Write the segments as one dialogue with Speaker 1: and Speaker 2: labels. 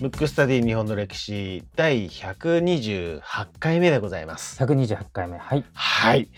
Speaker 1: ムックスタディ日本の歴史第128回目でございます。
Speaker 2: 128回目はい
Speaker 1: はい、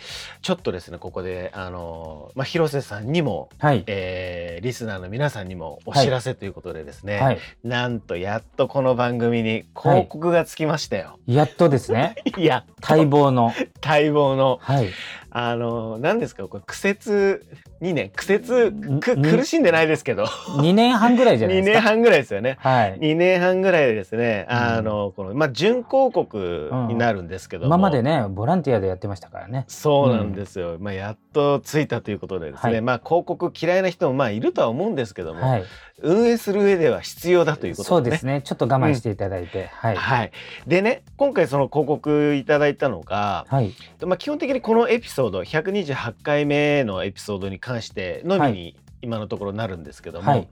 Speaker 1: ちょっとですねここであのまあ広瀬さんにも、
Speaker 2: はい、
Speaker 1: えーリスナーの皆さんにもお知らせということでですね、
Speaker 2: はい、
Speaker 1: なんとやっとこの番組に広告がつきましたよ。
Speaker 2: やっとですね
Speaker 1: い、や
Speaker 2: 待望の
Speaker 1: 待望の
Speaker 2: はい
Speaker 1: あの何ですかこれ苦節2年苦節く
Speaker 2: に
Speaker 1: 苦しんでないですけど
Speaker 2: 2年半ぐらいじゃない
Speaker 1: 2
Speaker 2: です
Speaker 1: 年
Speaker 2: か
Speaker 1: 半ぐらいですよね。
Speaker 2: はい
Speaker 1: 2年半ぐらいでですね、
Speaker 2: うん
Speaker 1: あのこのまあ準広告になるんですけども、
Speaker 2: 今までねボランティアでやってましたからね
Speaker 1: そうなんですよ、まあ、やっと着いたということでですね、
Speaker 2: はい
Speaker 1: まあ広告嫌いな人もまあいるとは思うんですけども、
Speaker 2: はい
Speaker 1: 運営する上では必要だというこ
Speaker 2: そ
Speaker 1: と
Speaker 2: う
Speaker 1: で
Speaker 2: です
Speaker 1: ね。
Speaker 2: すねちょっと我慢していただいて、はい
Speaker 1: はい、でね今回その広告いただいたのが、
Speaker 2: はい
Speaker 1: まあ、基本的にこのエピソード128回目のエピソードに関してのみ
Speaker 2: は
Speaker 1: に今のところなるんですけども、
Speaker 2: はい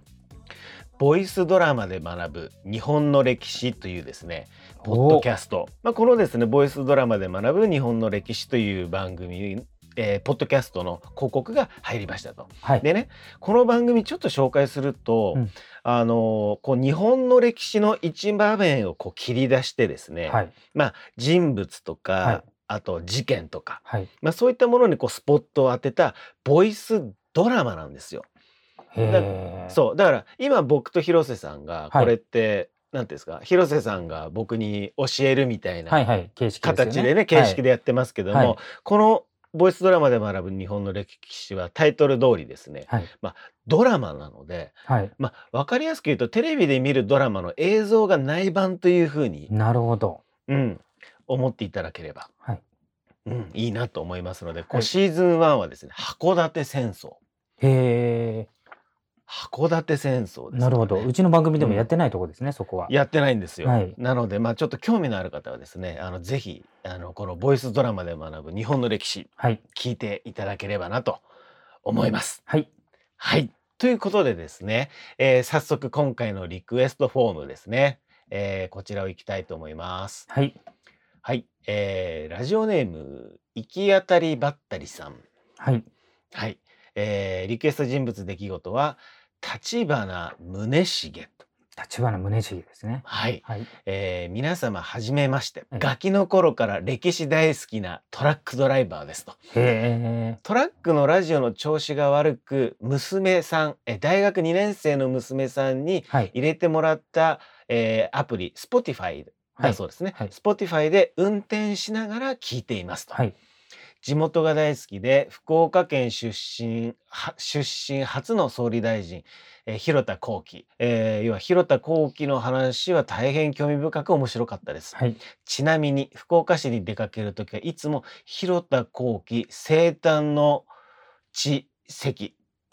Speaker 1: ボイスドラマで学ぶ日本の歴史というですねポッドキャスト、まあ、このですねボイスドラマで学ぶ日本の歴史という番組、えーポッドキャストの広告が入りましたと。
Speaker 2: はい
Speaker 1: でねこの番組ちょっと紹介すると、
Speaker 2: うん
Speaker 1: あのこう日本の歴史の一場面をこう切り出してですね、
Speaker 2: はい
Speaker 1: まあ、人物とか、
Speaker 2: はい
Speaker 1: あと事件とか、
Speaker 2: はい
Speaker 1: まあ、そういったものにこうスポットを当てたボイスドラマなんですよ。
Speaker 2: へー
Speaker 1: そうだから今僕と広瀬さんが
Speaker 2: は
Speaker 1: こ
Speaker 2: い
Speaker 1: れって、なんていうんですか広瀬さんが僕に教えるみたい
Speaker 2: はい
Speaker 1: な
Speaker 2: はい形式です
Speaker 1: 形
Speaker 2: よね
Speaker 1: でね形式でやってますけども、
Speaker 2: はい
Speaker 1: この「ボイスドラマで学ぶ日本の歴史」はタイトル通りですね
Speaker 2: はい
Speaker 1: ドラマなので、
Speaker 2: はい、はい
Speaker 1: まあ、分かりやすく言うとテレビで見るドラマの映像がない版というふうに、
Speaker 2: なるほど
Speaker 1: うん、思っていただければ、
Speaker 2: はい
Speaker 1: うん、いいなと思いますので、こ
Speaker 2: は
Speaker 1: う
Speaker 2: い
Speaker 1: シーズン1はですね函館戦争
Speaker 2: へ
Speaker 1: 函館戦争で
Speaker 2: え
Speaker 1: す、ね、
Speaker 2: なるほどうちの番組でもやってないとこですね、そこは
Speaker 1: やってないんですよ。
Speaker 2: はい
Speaker 1: なので、まあ、ちょっと興味のある方はですね、あの、ぜひ、あの、このボイスドラマで学ぶ日本の歴史、
Speaker 2: はい
Speaker 1: 聞いていただければなと思います。
Speaker 2: はい
Speaker 1: はい。ということでですね、えー早速今回のリクエストフォームですね、えーこちらをいきたいと思います。
Speaker 2: はい
Speaker 1: はい。えーラジオネーム、行き当たりばったりさん。
Speaker 2: はい
Speaker 1: はい。えーリクエスト人物出来事は、立花宗茂と。
Speaker 2: 立花宗茂ですね
Speaker 1: はい。
Speaker 2: はい
Speaker 1: えー皆様はじめまして、
Speaker 2: はい
Speaker 1: ガキの頃から歴史大好きなトラックドライバーですと
Speaker 2: へえ
Speaker 1: トラックのラジオの調子が悪く娘さんえー大学2年生の娘さんに
Speaker 2: はい
Speaker 1: 入れてもらった、えーアプリ Spotify
Speaker 2: は
Speaker 1: だ
Speaker 2: い
Speaker 1: そうですね、
Speaker 2: はい
Speaker 1: Spotify で運転しながら聞いていますと、
Speaker 2: はい
Speaker 1: 地元が大好きで福岡県出身は出身初の総理大臣、えー広田光輝、えー要は広田光輝の話は大変興味深く面白かったです
Speaker 2: はい
Speaker 1: ちなみに福岡市に出かけるときはいつも広田光輝生誕の地跡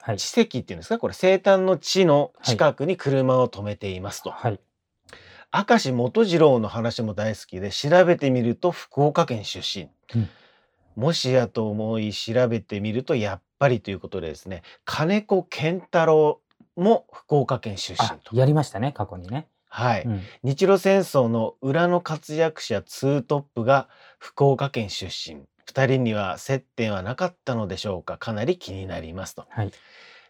Speaker 2: はい
Speaker 1: 地跡っていうんですかこれ生誕の地の近くに車を止めていますと、
Speaker 2: はい
Speaker 1: 明石元次郎の話も大好きで調べてみると福岡県出身、
Speaker 2: うん
Speaker 1: もしやと思い調べてみるとやっぱりということでですね金子健太郎も福岡県出
Speaker 2: あ
Speaker 1: 身と。
Speaker 2: やりましたね過去にね、
Speaker 1: はい、
Speaker 2: うん、
Speaker 1: 日露戦争の裏の活躍者ツートップが福岡県出身2人には接点はなかったのでしょうかかなり気になりますと。
Speaker 2: はい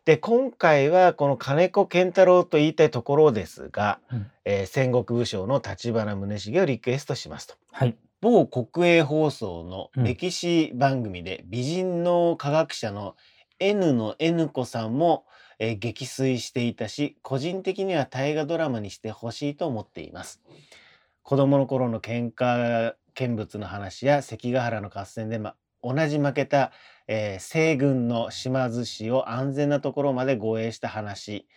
Speaker 1: で今回はこの金子健太郎と言いたいところですが、
Speaker 2: うん
Speaker 1: えー戦国武将の立花宗茂をリクエストしますと。
Speaker 2: はい
Speaker 1: 某国営放送の歴史番組で美人の科学者の N の N 子さんも、えー撃墜していたし個人的には大河ドラマにしてほしいと思っています子供の頃の喧嘩見物の話や関ヶ原の合戦で、ま、同じ負けた、えー西軍の島津氏を安全なところまで護衛した話、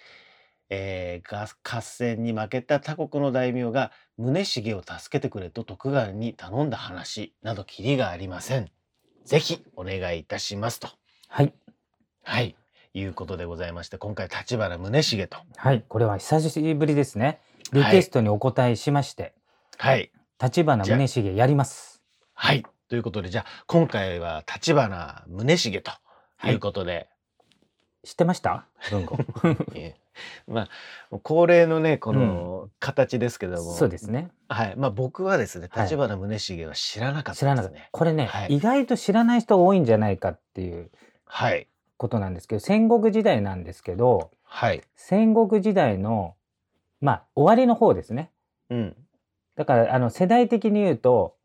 Speaker 1: えーが合戦に負けた他国の大名が宗茂を助けてくれと徳川に頼んだ話などキリがありません。ぜひお願いいたしますと。
Speaker 2: はい
Speaker 1: はい。いうことでございまして、今回立花宗茂と。
Speaker 2: はいこれは久しぶりですねリクエストにお答えしまして、
Speaker 1: はい。
Speaker 2: 立花宗茂やります
Speaker 1: はい。ということで、じゃあ今回は立花宗茂ということ で、
Speaker 2: 知ってました文 吾
Speaker 1: えーまあ、恒例のね、この形ですけども。
Speaker 2: そうです。ね
Speaker 1: はい。まあ僕はですね、
Speaker 2: はい
Speaker 1: 立花宗茂は知らなかっ
Speaker 2: 知ら
Speaker 1: たです
Speaker 2: なかった
Speaker 1: ね。
Speaker 2: これね、
Speaker 1: はい
Speaker 2: 意外と知らない人多いんじゃないかっていう
Speaker 1: はい。
Speaker 2: ことなんですけど、戦国時代なんですけど、
Speaker 1: はい。
Speaker 2: 戦国時代の、まあ、終わりの方ですね。
Speaker 1: うん。
Speaker 2: だから、あの、世代的に言うと、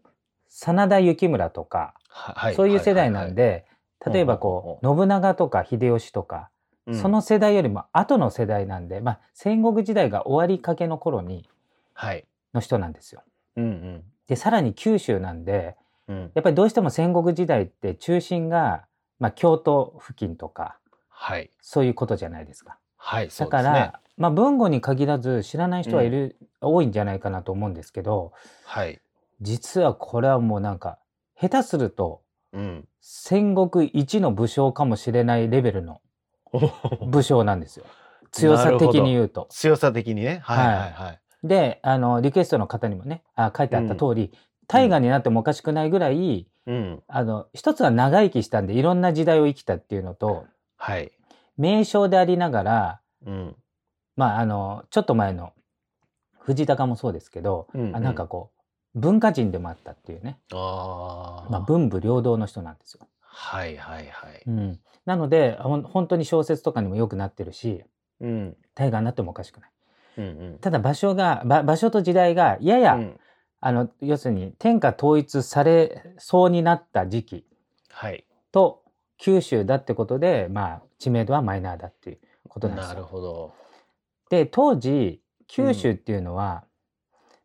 Speaker 2: 真田幸村とか、
Speaker 1: はは
Speaker 2: そういう世代なんで、、
Speaker 1: はい
Speaker 2: 例えばこう、信長とか秀吉とか、
Speaker 1: はいはいはい
Speaker 2: そ、
Speaker 1: うん
Speaker 2: の世代よりも後の世代なんで、まあ、戦国時代が終わりかけの頃に、
Speaker 1: はい。
Speaker 2: の人なんですよ。
Speaker 1: うん
Speaker 2: で、さらに九州なんで、
Speaker 1: うん。うん。
Speaker 2: やっぱりどうしても戦国時代って中心が、まあ、京都付近とか、
Speaker 1: はい。
Speaker 2: そういうことじゃないですか。
Speaker 1: はい。そ
Speaker 2: だ
Speaker 1: うで
Speaker 2: か
Speaker 1: すね
Speaker 2: ら、まあ、文語に限らず知らない人はいる、多いんじゃないかなと思うんですけど、
Speaker 1: はい。
Speaker 2: 実はこれはもうなんか、下手すると、
Speaker 1: うん。
Speaker 2: 戦国一の武将かもしれないレベルの武将なんですよ。強さ的に言うと。
Speaker 1: 強さ的にね。はいはいはい。
Speaker 2: で、あの、リクエストの方にもね、あ書いてあった通り、大河になってもおかしくないぐらい、
Speaker 1: うん。
Speaker 2: あの、一つは長生きしたんで、いろんな時代を生きたっていうのと、
Speaker 1: はい。
Speaker 2: 名将でありながら、
Speaker 1: うん。
Speaker 2: まあ、あの、ちょっと前の藤高もそうですけど、
Speaker 1: うんうん
Speaker 2: あなんかこう、文化人でもあったっていうね、
Speaker 1: ああ。
Speaker 2: まあ、文武両道の人なんですよ。
Speaker 1: はいはいはい。
Speaker 2: うん、なので、ほん本当に小説とかにもよくなってるし、
Speaker 1: うん。
Speaker 2: 大河になってもおかしくない。
Speaker 1: うんうん。
Speaker 2: ただ場所が、ば場所と時代が、やや、
Speaker 1: うん
Speaker 2: あの、要するに天下統一されそうになった時期
Speaker 1: はい。
Speaker 2: と九州だってことで、まあ、知名度はマイナーだっていうことなんです
Speaker 1: なる
Speaker 2: よ。
Speaker 1: ほど。
Speaker 2: で、当時、九州っていうのは、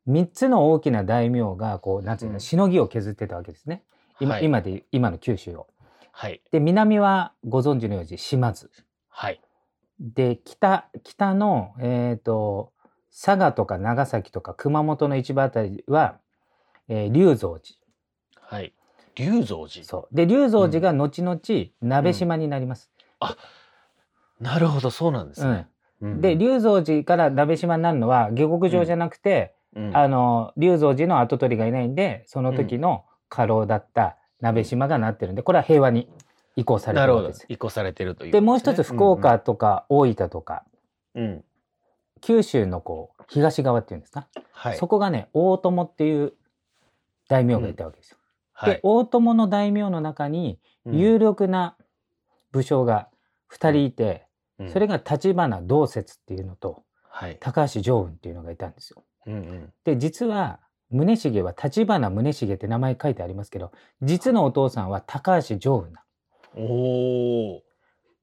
Speaker 2: 三つの大きな大名が、こう、なんていう
Speaker 1: う
Speaker 2: の、
Speaker 1: ん
Speaker 2: しのぎを削ってたわけですね。今、
Speaker 1: はい
Speaker 2: 今で、今の九州を。
Speaker 1: はい。
Speaker 2: で、南はご存知のように島津。
Speaker 1: はい。
Speaker 2: で、北、北の、えっ、と、佐賀とか長崎とか熊本の市場あたりは、えー、龍蔵寺。
Speaker 1: はい。龍蔵寺。
Speaker 2: そう。で、龍蔵寺が後々、鍋島になります。
Speaker 1: なるほど、そうなんです
Speaker 2: う
Speaker 1: ね。
Speaker 2: ん。で、龍蔵寺から鍋島になるのは、下克上じゃなくて、あの、龍蔵寺の跡取りがいないんで、その時の家老だった鍋島がなってるんで、これは平和に移行されて
Speaker 1: な
Speaker 2: る
Speaker 1: る
Speaker 2: わ
Speaker 1: ほ
Speaker 2: け
Speaker 1: ど
Speaker 2: です。。
Speaker 1: 移行されてるという。
Speaker 2: で、もう一つ福岡。とか大分とか、
Speaker 1: うん。
Speaker 2: 九州のこう、東側っていうんですか。
Speaker 1: はい
Speaker 2: そ。こがね、大友っていう大名がいたわけですよ。
Speaker 1: は
Speaker 2: で
Speaker 1: い、。
Speaker 2: 大友の大名の中に、有力な武将が二人いて、それ
Speaker 1: が。
Speaker 2: が立花道節っていうのと
Speaker 1: はい。
Speaker 2: 高橋常雲っていうのがいたんですよ。
Speaker 1: うんうん。
Speaker 2: で実は宗茂は立花宗茂って名前書いてありますけど実のお父さんは高橋常雲な
Speaker 1: おお。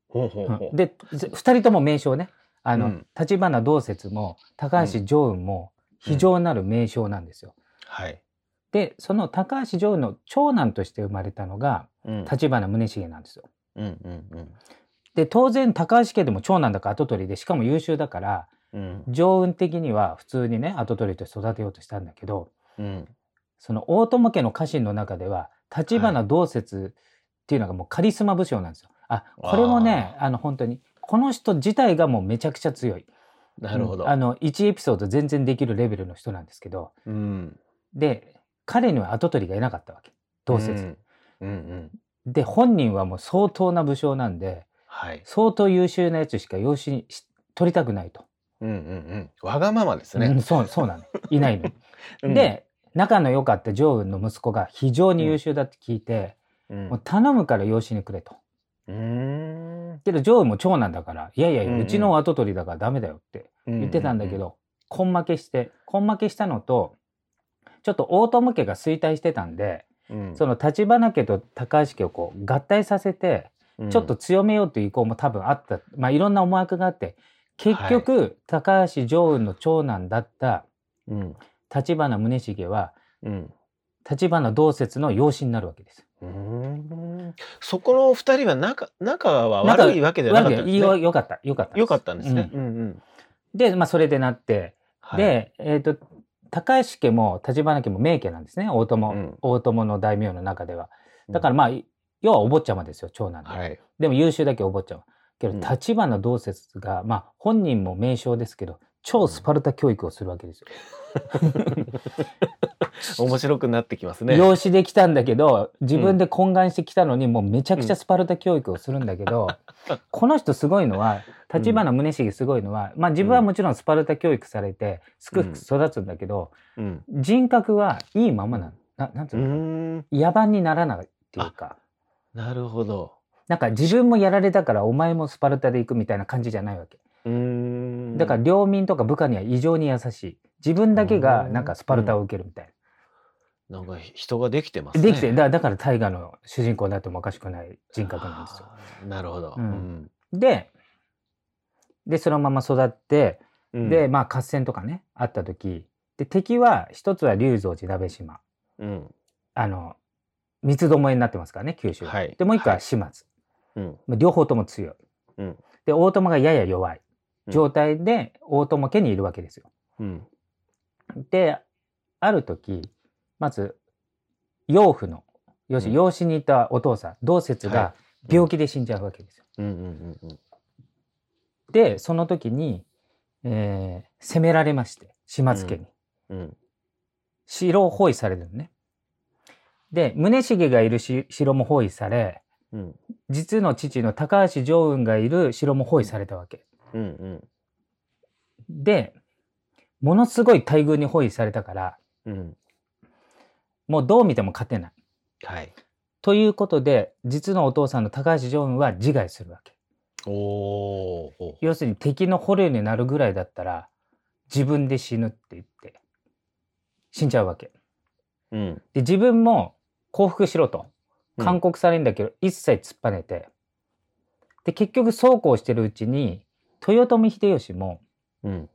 Speaker 1: ほうほう
Speaker 2: の、
Speaker 1: ほう。、
Speaker 2: でず二人とも名将ねあ
Speaker 1: う
Speaker 2: の、
Speaker 1: ん
Speaker 2: 立花道節も高橋常雲も非常なる名将なんですよ。
Speaker 1: はい。
Speaker 2: でその高橋常雲の長男として生まれたのが
Speaker 1: うん。
Speaker 2: 立花宗茂なんですよ。
Speaker 1: うんうん
Speaker 2: で当然高橋家でも長男だから後取りでしかも優秀だから
Speaker 1: うん。
Speaker 2: 常雲的には普通にね跡取りとして育てようとしたんだけど、
Speaker 1: うん。うん。
Speaker 2: その大友家の家臣の中では立花道説っていうのがもうカリスマ武将なんですよ。あこれもねあの本当にこの人自体がもうめちゃくちゃ強い。
Speaker 1: なるほど。
Speaker 2: あの1エピソード全然できるレベルの人なんですけど
Speaker 1: うん。
Speaker 2: で彼には跡取りがいなかったわけ道説。
Speaker 1: うんうんうん。
Speaker 2: で本人はもう相当な武将なんで
Speaker 1: はい。
Speaker 2: 相当優秀なやつしか養子にし取りたくないと。
Speaker 1: うんうんうん。わがままです
Speaker 2: う
Speaker 1: ね
Speaker 2: ん。そうそうなのいないのに。
Speaker 1: うん、
Speaker 2: で仲の良かった上雲の息子が非常に優秀だって聞いて、
Speaker 1: うん
Speaker 2: もう頼むから養子にくれと。
Speaker 1: うーん
Speaker 2: けど上位も長男だから、いやいやいや、
Speaker 1: うんうん
Speaker 2: うちの跡取りだからダメだよって言ってたんだけど、。根負けして、根負けしたのと、ちょっと大友家が衰退してたんで、
Speaker 1: うん
Speaker 2: その立花家と高橋家をこう合体させて、ちょっと、強めようという意向も多分あった、まあいろんな思惑があって、結局、高橋上雲の長男だった
Speaker 1: うん
Speaker 2: 立花宗茂は、
Speaker 1: うん
Speaker 2: 立花同説の養子になるわけです。
Speaker 1: うんうーんそこの二人は仲仲は悪いわけじゃなかったん
Speaker 2: わ
Speaker 1: で
Speaker 2: け
Speaker 1: すね。
Speaker 2: よよかった、よかった。
Speaker 1: よかったんですね。
Speaker 2: う
Speaker 1: うんうん
Speaker 2: で、まあそれでなって、
Speaker 1: はい、
Speaker 2: で、えっ、と、高橋家も立花家も名家なんですね。大友、
Speaker 1: うん
Speaker 2: 大友の大名の中では。だから
Speaker 1: ら、
Speaker 2: まあ、い要はお坊ちゃまですよ、長男で。
Speaker 1: はい、
Speaker 2: でも優秀だけどお坊ちゃま。けど、
Speaker 1: うん
Speaker 2: 立花同説が、まあ、本人も名称ですけど、超スパルタ教育をするわけですよ。
Speaker 1: 面白くなってきますね。
Speaker 2: 養子できたんだけど、自分で懇願してきたのに、もうめちゃくちゃスパルタ教育をするんだけ ど、この人すごいのは、立花宗茂すごいのは、まあ自分はもちろんスパルタ教育されて、すくすく育つんだけど、
Speaker 1: うん
Speaker 2: 人格はいいままなの。ななんて
Speaker 1: う
Speaker 2: いう
Speaker 1: ー
Speaker 2: の、
Speaker 1: ん
Speaker 2: 野蛮にならないっていうか。
Speaker 1: なるほど。
Speaker 2: なんか自分もやられたからお前もスパルタで行くみたいな感じじゃないわけ。
Speaker 1: うーん
Speaker 2: だから領民とか部下には異常に優しい。自分だけがなんかスパルタを受けるみたい
Speaker 1: なんか人ができてます
Speaker 2: な。
Speaker 1: ね。
Speaker 2: できて、だだから大河の主人公になってもおかしくない人格なんですよ。
Speaker 1: あー。なるほど。
Speaker 2: うんで、で、そのまま育って、
Speaker 1: うん
Speaker 2: で、、まあ合戦とかね、あった時、で、敵は一つは龍造寺鍋島。
Speaker 1: うん
Speaker 2: あの、三つどもえになってますからね、九州。
Speaker 1: はい
Speaker 2: で、もう一個は島津。
Speaker 1: うん
Speaker 2: まあ両方とも強い。
Speaker 1: うん
Speaker 2: で、大友がやや弱い
Speaker 1: うん
Speaker 2: 状態で大友家にいるわけですよ。
Speaker 1: うん
Speaker 2: で、ある時、まず、養父の、要するに
Speaker 1: うん
Speaker 2: 養子にいたお父さん、同説が
Speaker 1: は
Speaker 2: 病気で死んじゃうわけですよ。
Speaker 1: うんうんうん
Speaker 2: で、その時に、えー攻められまして、島津家に。
Speaker 1: うんうん
Speaker 2: 城を包囲されるのね。で、宗茂がいるし城も包囲され、
Speaker 1: うん
Speaker 2: 実の父の高橋常雲がいる城も包囲されたわけ。
Speaker 1: うんうん
Speaker 2: で、ものすごい大軍に包囲されたから、
Speaker 1: うん
Speaker 2: もうどう見ても勝てない。
Speaker 1: はい。
Speaker 2: ということで、実のお父さんの高橋常雲は自害するわけ。
Speaker 1: おお。
Speaker 2: 要するに敵の捕虜になるぐらいだったら、自分で死ぬって言って、死んじゃうわけ。
Speaker 1: うん
Speaker 2: で、自分も降伏しろと。
Speaker 1: うん
Speaker 2: 勧告されるんだけど、一切突っぱねて。で、結局そうこうしてるうちに、豊臣秀吉も、
Speaker 1: うん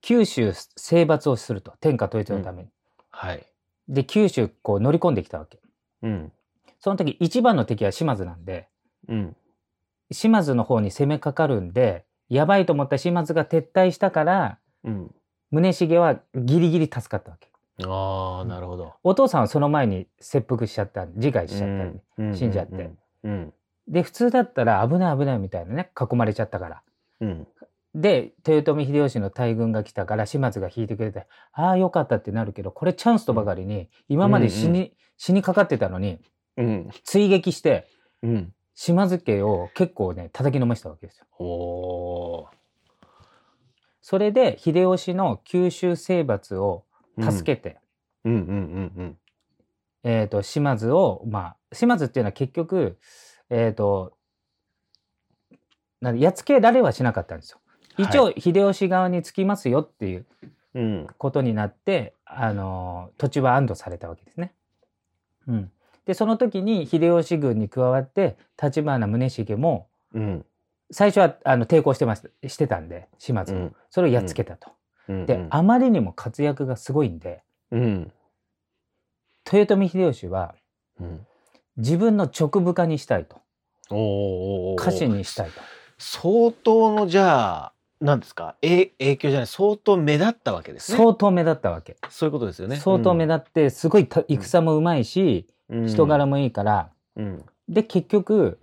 Speaker 2: 九州征伐をすると天下統一のために、
Speaker 1: はい。
Speaker 2: で九州こう乗り込んできたわけ
Speaker 1: うん
Speaker 2: その時一番の敵は島津なんで
Speaker 1: うん
Speaker 2: 島津の方に攻めかかるんでやばいと思った島津が撤退したから
Speaker 1: うん。
Speaker 2: 宗茂はギリギリ助かったわけ
Speaker 1: ああなるほど。
Speaker 2: お父さんはその前に切腹しちゃった自害しちゃった、
Speaker 1: うん
Speaker 2: 死んじゃって。
Speaker 1: うん
Speaker 2: で普通だったら危ない危ないみたいなね囲まれちゃったから
Speaker 1: うん
Speaker 2: で豊臣秀吉の大軍が来たから島津が引いてくれてああよかったってなるけどこれチャンスとばかりに今まで死に,、
Speaker 1: う
Speaker 2: 死にかかってたのに
Speaker 1: うん
Speaker 2: 追撃して
Speaker 1: うん。
Speaker 2: 島津家を結構ね叩きのめしたわけですよ。
Speaker 1: おお
Speaker 2: それで秀吉の九州征伐を
Speaker 1: ー。
Speaker 2: 助けて、
Speaker 1: け。うんうんうん
Speaker 2: えー、と島津をまあ島津っていうのは結局えっ、となんでやっつけられはしなかったんですよ。
Speaker 1: はい
Speaker 2: 一応秀吉側につきますよっていう
Speaker 1: うん。うん
Speaker 2: ことになって、あの土地は安堵されたわけですね。うん、でその時に秀吉軍に加わって立花宗茂も
Speaker 1: うん
Speaker 2: 最初はあの抵抗してましたしてたんで島津
Speaker 1: う
Speaker 2: を、
Speaker 1: ん
Speaker 2: それをやっつけたと。
Speaker 1: うん。
Speaker 2: で、あまりにも活躍がすごいんで
Speaker 1: うん
Speaker 2: 豊臣秀吉は
Speaker 1: うん。
Speaker 2: 自分の直部下にしたいと
Speaker 1: おーおーおー。
Speaker 2: 家臣にしたいと
Speaker 1: 相当のじゃあなんですかえ影響じゃない相当目立ったわけですねそう
Speaker 2: 相当目立ったわけ、
Speaker 1: いうことですよね
Speaker 2: 相当目立ってすごいた戦もうまいし、
Speaker 1: うん
Speaker 2: 人柄もいいから、
Speaker 1: うん
Speaker 2: で結局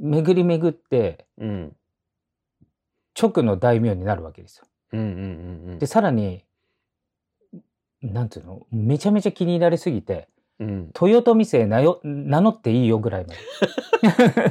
Speaker 2: 巡り巡って
Speaker 1: うん
Speaker 2: 直の大名になるわけですよ。
Speaker 1: うんうんうんうん
Speaker 2: でさらになんていうのめちゃめちゃ気に入られすぎて
Speaker 1: うん
Speaker 2: 豊臣姓名よ名乗っていいよぐらい まで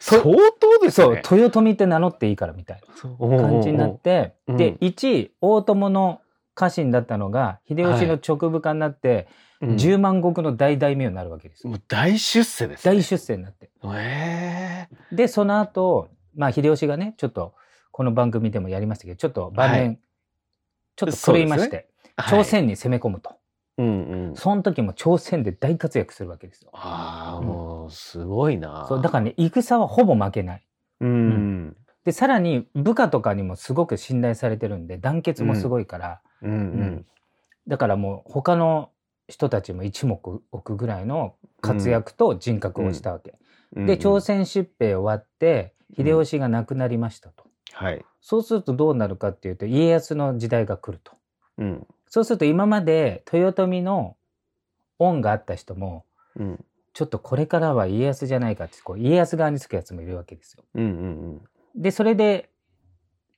Speaker 1: 相当です
Speaker 2: そ
Speaker 1: よ
Speaker 2: う
Speaker 1: ね
Speaker 2: 豊臣って名乗っていいからみたいな。
Speaker 1: そう
Speaker 2: 感じになって、
Speaker 1: うん
Speaker 2: で1位大友の家臣だったのが秀吉の直部下になって、
Speaker 1: うん
Speaker 2: 10万石の大大名になるわけですよ、
Speaker 1: もう大出世ですね
Speaker 2: 大出世になって
Speaker 1: え
Speaker 2: でその後、まあ秀吉がねちょっとこの番組でもやりましたけどちょっと晩年、
Speaker 1: は
Speaker 2: ちょっと狂いまして、
Speaker 1: え
Speaker 2: 朝鮮に攻め込むと、
Speaker 1: うんうん
Speaker 2: その時も朝鮮で大活躍するわけですよ
Speaker 1: ああもうすごいな
Speaker 2: そうだからね戦はほぼ負けない
Speaker 1: うん
Speaker 2: でさらに部下とかにもすごく信頼されてるんで団結もすごいから、
Speaker 1: うんうん
Speaker 2: だからもう他の人たちも一目置くぐらいの活躍と人格をしたわけ、
Speaker 1: うん
Speaker 2: で朝鮮出兵終わって
Speaker 1: うん
Speaker 2: 秀吉が亡くなりましたと、
Speaker 1: はい
Speaker 2: そうするとどうなるかっていうと家康の時代が来ると
Speaker 1: うん
Speaker 2: そうすると今まで豊臣の恩があった人も
Speaker 1: うん
Speaker 2: ちょっとこれからは家康じゃないかってこう家康側につくやつもいるわけですよ。
Speaker 1: うんうん
Speaker 2: でそれで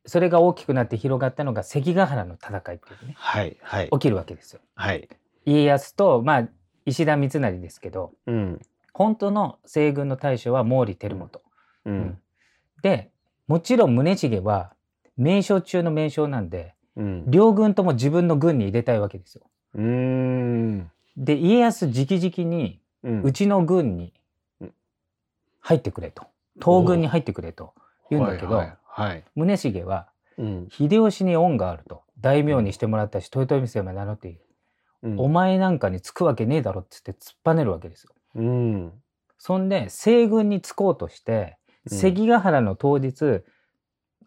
Speaker 2: それが大きくなって広がったのが関ヶ原の戦いっていうね
Speaker 1: はいはい
Speaker 2: 起きるわけですよ。
Speaker 1: はい
Speaker 2: 家康と、まあ、石田三成ですけど
Speaker 1: うん
Speaker 2: 本当の西軍の大将は毛利輝元、
Speaker 1: う
Speaker 2: うん
Speaker 1: ん
Speaker 2: でもちろん宗茂は名将中の名将なんで
Speaker 1: うん
Speaker 2: 両軍とも自分の軍に入れたいわけですよ。
Speaker 1: うん
Speaker 2: で家康直々に
Speaker 1: うん
Speaker 2: うちの軍に
Speaker 1: うん
Speaker 2: 入ってくれと東軍に入ってくれと言うんだけど、
Speaker 1: はいはいはい
Speaker 2: 宗茂は
Speaker 1: うん
Speaker 2: 秀吉に恩があると大名にしてもらったし豊臣政も名乗っている、
Speaker 1: うん
Speaker 2: お前なんかにつくわけねえだろっつって突っぱねるわけですよ。
Speaker 1: うん
Speaker 2: そんで西軍につこうとして
Speaker 1: うん
Speaker 2: 関ヶ原の当日、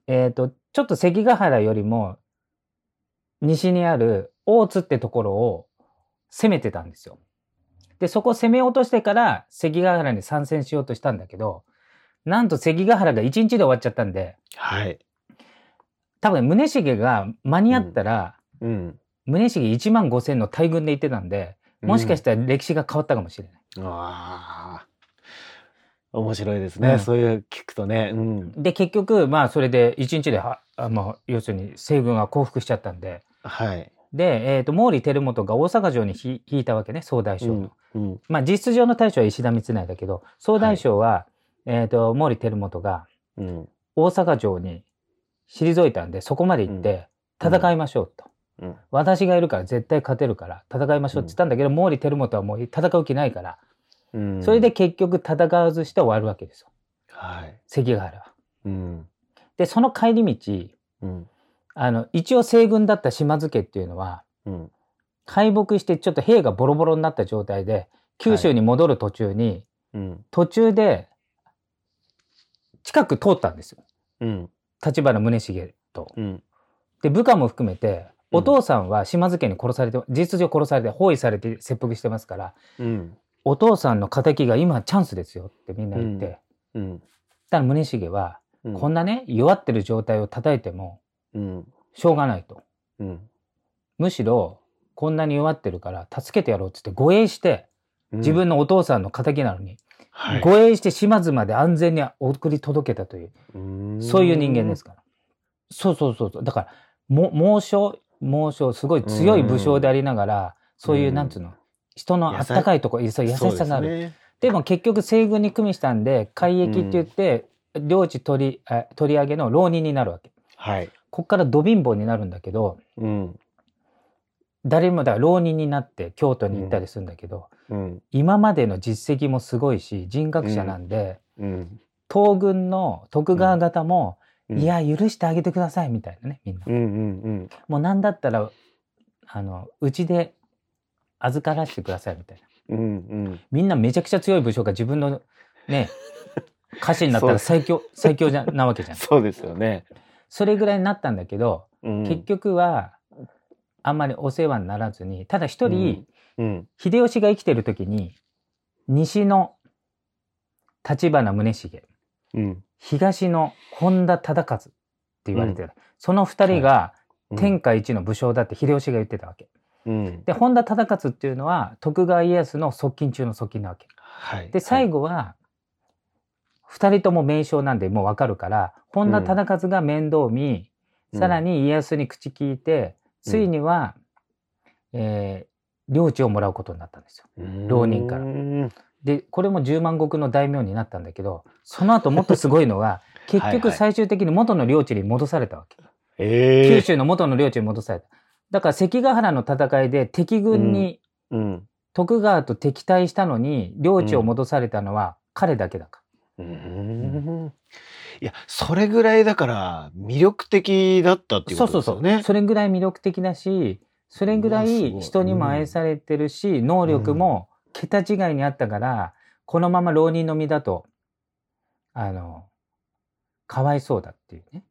Speaker 2: えっ、とちょっと関ヶ原よりも西にある大津ってところを攻めてたんですよ。でそこを攻め落としてから関ヶ原に参戦しようとしたんだけどなんと関ヶ原が1日で終わっちゃったんで
Speaker 1: はい
Speaker 2: 多分宗茂が間に合ったら、
Speaker 1: うん
Speaker 2: 宗茂1万5千の大軍で行ってたんでもしかしたら歴史が変わったかもしれない。
Speaker 1: うんあー面白いですね、
Speaker 2: うん
Speaker 1: そういう聞くとねうん
Speaker 2: で結局まあそれで1日ではあ、まあ、要するに西軍が降伏しちゃったんで
Speaker 1: はい
Speaker 2: で、えー、と毛利輝元が大阪城にひ引いたわけね総大将の、
Speaker 1: うん
Speaker 2: まあ実質上の大将は石田三成だけど総大将は、えー、と毛利輝元が
Speaker 1: うん
Speaker 2: 大阪城に退いたんでそこまで行って
Speaker 1: うん
Speaker 2: 戦いましょうと、
Speaker 1: うん
Speaker 2: 私がいるから絶対勝てるから戦いましょうって言ったんだけど、毛利輝元はもう戦う気ないから、
Speaker 1: うん
Speaker 2: それで結局戦わずして終わるわけですよ
Speaker 1: はい
Speaker 2: 関ヶ原は。
Speaker 1: うん
Speaker 2: でその帰り道
Speaker 1: うん
Speaker 2: あの、一応西軍だった島津家っていうのは、
Speaker 1: うん
Speaker 2: 敗北してちょっと兵がボロボロになった状態で、九州に戻る途中に、
Speaker 1: うん
Speaker 2: 途中で、近く通ったんですよ。
Speaker 1: うん
Speaker 2: 立花宗茂と。
Speaker 1: うん
Speaker 2: で、部下も含めて、
Speaker 1: うん
Speaker 2: お父さんは島津家に殺されて、事実上殺されて、包囲されて切腹してますから、
Speaker 1: うん
Speaker 2: お父さんの敵が今チャンスですよってみんな言って、
Speaker 1: うんうん
Speaker 2: ただ宗茂は、
Speaker 1: うん
Speaker 2: こんなね、弱ってる状態を叩いても、
Speaker 1: うん
Speaker 2: しょうがないと。
Speaker 1: うん
Speaker 2: むしろこんなに弱ってるから助けてやろうっつって護衛して自分のお父さんの敵なのに、
Speaker 1: はい
Speaker 2: 護衛して島津まで安全に送り届けたというそういう人間ですからそうそうそうそうだからも猛将猛将すごい強い武将でありながらそういう
Speaker 1: うん
Speaker 2: なんつうの人のあったかいところそう優しさがあるで,、
Speaker 1: る
Speaker 2: も結局西軍に組みしたんで海役って言って、領地取りあ取り上げの浪人になるわけ
Speaker 1: はい
Speaker 2: こっからド貧乏になるんだけど
Speaker 1: うん
Speaker 2: 誰もだから浪人になって京都に行ったりするんだけど、
Speaker 1: うん
Speaker 2: 今までの実績もすごいし人格者なんで、
Speaker 1: うん
Speaker 2: 東軍の徳川方も、
Speaker 1: うん
Speaker 2: いや許してあげてくださいみたいなねみんな、
Speaker 1: うんうんうん
Speaker 2: もう何だったらあのうちで預からしてくださいみたいな
Speaker 1: うん
Speaker 2: みんなめちゃくちゃ強い武将が自分の ね家臣になったら最強最強じゃなわけじ
Speaker 1: うん
Speaker 2: ゃん
Speaker 1: そうですよね
Speaker 2: それぐらいになったんだけど、
Speaker 1: うん
Speaker 2: 結局はあんまりお世話にならずにただ一人、
Speaker 1: うんうん
Speaker 2: 秀吉が生きてる時に西の立花宗茂
Speaker 1: うん
Speaker 2: 東の本田忠勝って言われてる、その二人が天下一の武将だって秀吉が言ってたわけ、
Speaker 1: うん
Speaker 2: で本田忠勝っていうのは徳川家康の側近中の側近なわけ
Speaker 1: はい
Speaker 2: で最後は二人とも名将なんでもうわかるから本田忠勝が面倒を見、
Speaker 1: うん
Speaker 2: さらに家康に口聞いて
Speaker 1: うん
Speaker 2: ついには、えー領地をもらうことになったんですよ。浪人から
Speaker 1: うん
Speaker 2: でこれも10万石の大名になったんだけどその後もっとすごい のが結
Speaker 1: はいは
Speaker 2: 局
Speaker 1: い
Speaker 2: 最終的に元の領地に戻されたわけ、
Speaker 1: ええ
Speaker 2: 九州の元の領地に戻されただから関ヶ原の戦いで敵軍に
Speaker 1: うん
Speaker 2: 徳川と敵対したのに領地を戻されたのは彼だけだか
Speaker 1: うんいやそれぐらいだから魅力的だったっ
Speaker 2: ら、
Speaker 1: ていう
Speaker 2: そ
Speaker 1: こ
Speaker 2: うそ
Speaker 1: とです
Speaker 2: うそ
Speaker 1: よ
Speaker 2: う、
Speaker 1: ね
Speaker 2: それぐらい魅力的だしそれぐら
Speaker 1: うわす
Speaker 2: い
Speaker 1: ごい
Speaker 2: 人にも愛されてるし、能力も桁違いにあったから、このまま浪人の身だとあのかわいそうだっていうね。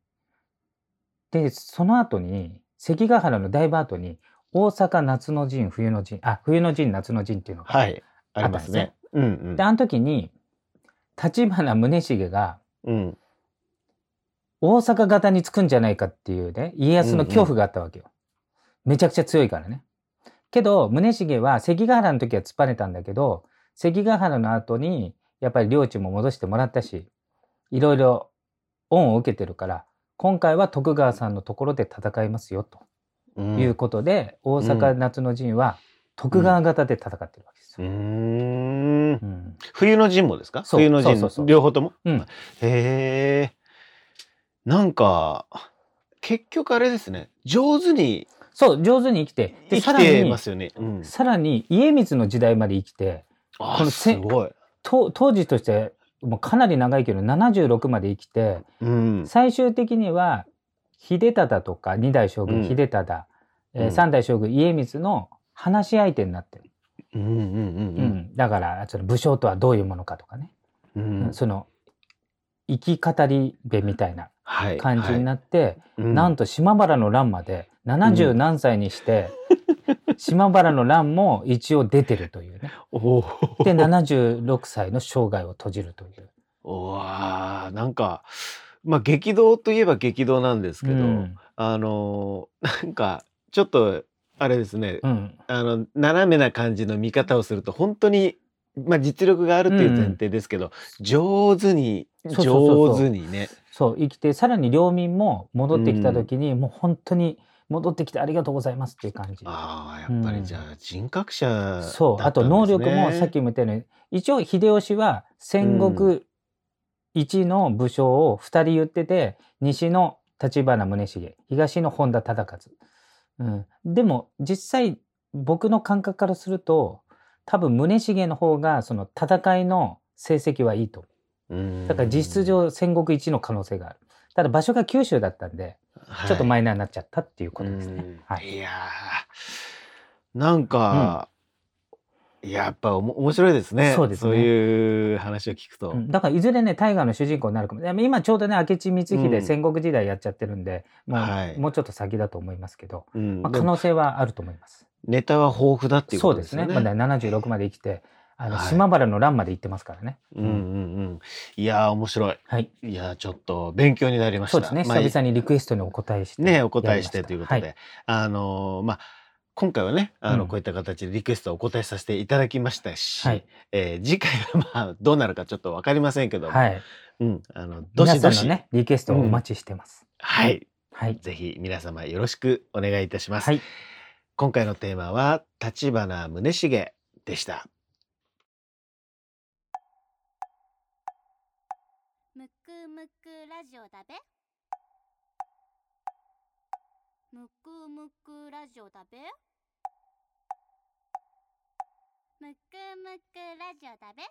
Speaker 2: でその後に関ヶ原のだいぶ後に大阪夏の陣冬の陣あ冬の陣夏の陣っていうのが、
Speaker 1: はいありますねうん
Speaker 2: であの時に立花宗茂が
Speaker 1: うんうん
Speaker 2: 大阪方につくんじゃないかっていうね家康の恐怖があったわけよ、めちゃくちゃ強いからねけど宗茂は関ヶ原の時は突っぱねたんだけど関ヶ原の後にやっぱり領地も戻してもらったしいろいろ恩を受けてるから今回は徳川さんのところで戦いますよと
Speaker 1: うん
Speaker 2: いうことで、大阪夏の陣は徳川方で戦ってるわけです
Speaker 1: う
Speaker 2: よ。
Speaker 1: ーん
Speaker 2: うん
Speaker 1: 冬の陣もですか
Speaker 2: そう
Speaker 1: 冬の陣
Speaker 2: そうそうそう
Speaker 1: 両方とも、
Speaker 2: うん
Speaker 1: へえなんか結局あれですね上手に
Speaker 2: そう上手に生きて
Speaker 1: 生
Speaker 2: でさ
Speaker 1: き
Speaker 2: ら
Speaker 1: て
Speaker 2: に
Speaker 1: ますよね、うん、
Speaker 2: さらに家光の時代まで生きて
Speaker 1: あ
Speaker 2: この
Speaker 1: す
Speaker 2: せ
Speaker 1: ごい
Speaker 2: と当時としてもうかなり長いけど76まで生きて
Speaker 1: うん。
Speaker 2: 最終的には秀忠とか二代将
Speaker 1: う
Speaker 2: 軍
Speaker 1: ん
Speaker 2: 秀忠、え
Speaker 1: う
Speaker 2: ー
Speaker 1: ん
Speaker 2: 三代将軍家光の話し相手になってる、
Speaker 1: うんうんう
Speaker 2: うんん、だからその武将とはどういうものかとかね、
Speaker 1: うん。う
Speaker 2: うんん。その生き語り部みたいな
Speaker 1: はい。
Speaker 2: 感じになって、
Speaker 1: はい、
Speaker 2: なんと島原の乱まで70何歳に して、島原の乱も一応出てるというね。
Speaker 1: うん。お
Speaker 2: で、
Speaker 1: ー
Speaker 2: 76歳の生涯を閉じるという。
Speaker 1: おわーなんか、まあ激動といえば激動なんですけど、
Speaker 2: うん
Speaker 1: あのーなんかちょっとあれですね、
Speaker 2: うん
Speaker 1: あの斜めな感じの見方をすると本当に。まあ実力があるっていう前提ですけど、上手に
Speaker 2: そうそうそうそ
Speaker 1: 上
Speaker 2: う
Speaker 1: 手にね
Speaker 2: そう、生きて、さらに領民も戻ってきた時に、もう本当に戻ってきてありがとうございますっていう感じ。
Speaker 1: ああやっぱりじゃあ人格者だったんですね、
Speaker 2: そう、あと能力もさっきも言ったように、一応秀吉は戦国一の武将を二人言ってて、西の立花宗茂、東の本田忠勝。うん、でも実際僕の感覚からすると、多分宗茂の方がその戦いの成績はいいと思
Speaker 1: うん
Speaker 2: う。だから実質上戦国一の可能性がある。ただ場所が九州だったんで、ちょっとマイナーになっちゃったっていうことですね。
Speaker 1: うん
Speaker 2: はい
Speaker 1: い、やーなんか、やっぱおも面白いですね
Speaker 2: そうですね
Speaker 1: いう話を聞くと、
Speaker 2: うんだからいずれね大河の主人公になるかもでも今ちょうどね明智光
Speaker 1: う
Speaker 2: 秀
Speaker 1: ん
Speaker 2: 戦国時代やっちゃってるんで、もう
Speaker 1: はい
Speaker 2: もうちょっと先だと思いますけど、
Speaker 1: うん
Speaker 2: まあ、
Speaker 1: で
Speaker 2: 可
Speaker 1: も
Speaker 2: 能性はあると思います。
Speaker 1: ネタは豊富だっていう
Speaker 2: そ
Speaker 1: こ
Speaker 2: う
Speaker 1: と
Speaker 2: で
Speaker 1: ですすよ
Speaker 2: ね
Speaker 1: ね。
Speaker 2: まだ76まで生きてあの
Speaker 1: はい
Speaker 2: 島原の乱まで行ってますからね。
Speaker 1: うんうんうん、いやー面白い
Speaker 2: はい、
Speaker 1: いやーちょっと勉強になりました
Speaker 2: そうですね、
Speaker 1: まあ
Speaker 2: 久々にリクエストにお答えして
Speaker 1: ねお答えして
Speaker 2: や
Speaker 1: という
Speaker 2: りま
Speaker 1: こ
Speaker 2: した
Speaker 1: とで、あのーまあ今回はねあの、
Speaker 2: うん
Speaker 1: こういった形でリクエストをお答えさせていただきましたし、
Speaker 2: はい
Speaker 1: えー次回はまあどうなるかちょっとわかりませんけども、
Speaker 2: はい、はい、
Speaker 1: うん、あのど
Speaker 2: 皆
Speaker 1: しど
Speaker 2: さんの
Speaker 1: し、
Speaker 2: ねリクエストをお待ちしてます。
Speaker 1: はい
Speaker 2: はい、
Speaker 1: ぜひ皆様よろしくお願いいたします。
Speaker 2: はい
Speaker 1: 今回のテーマは立花宗茂でした。
Speaker 3: むくむくラジオだべむくむくラジオだべむくむくラジオだべ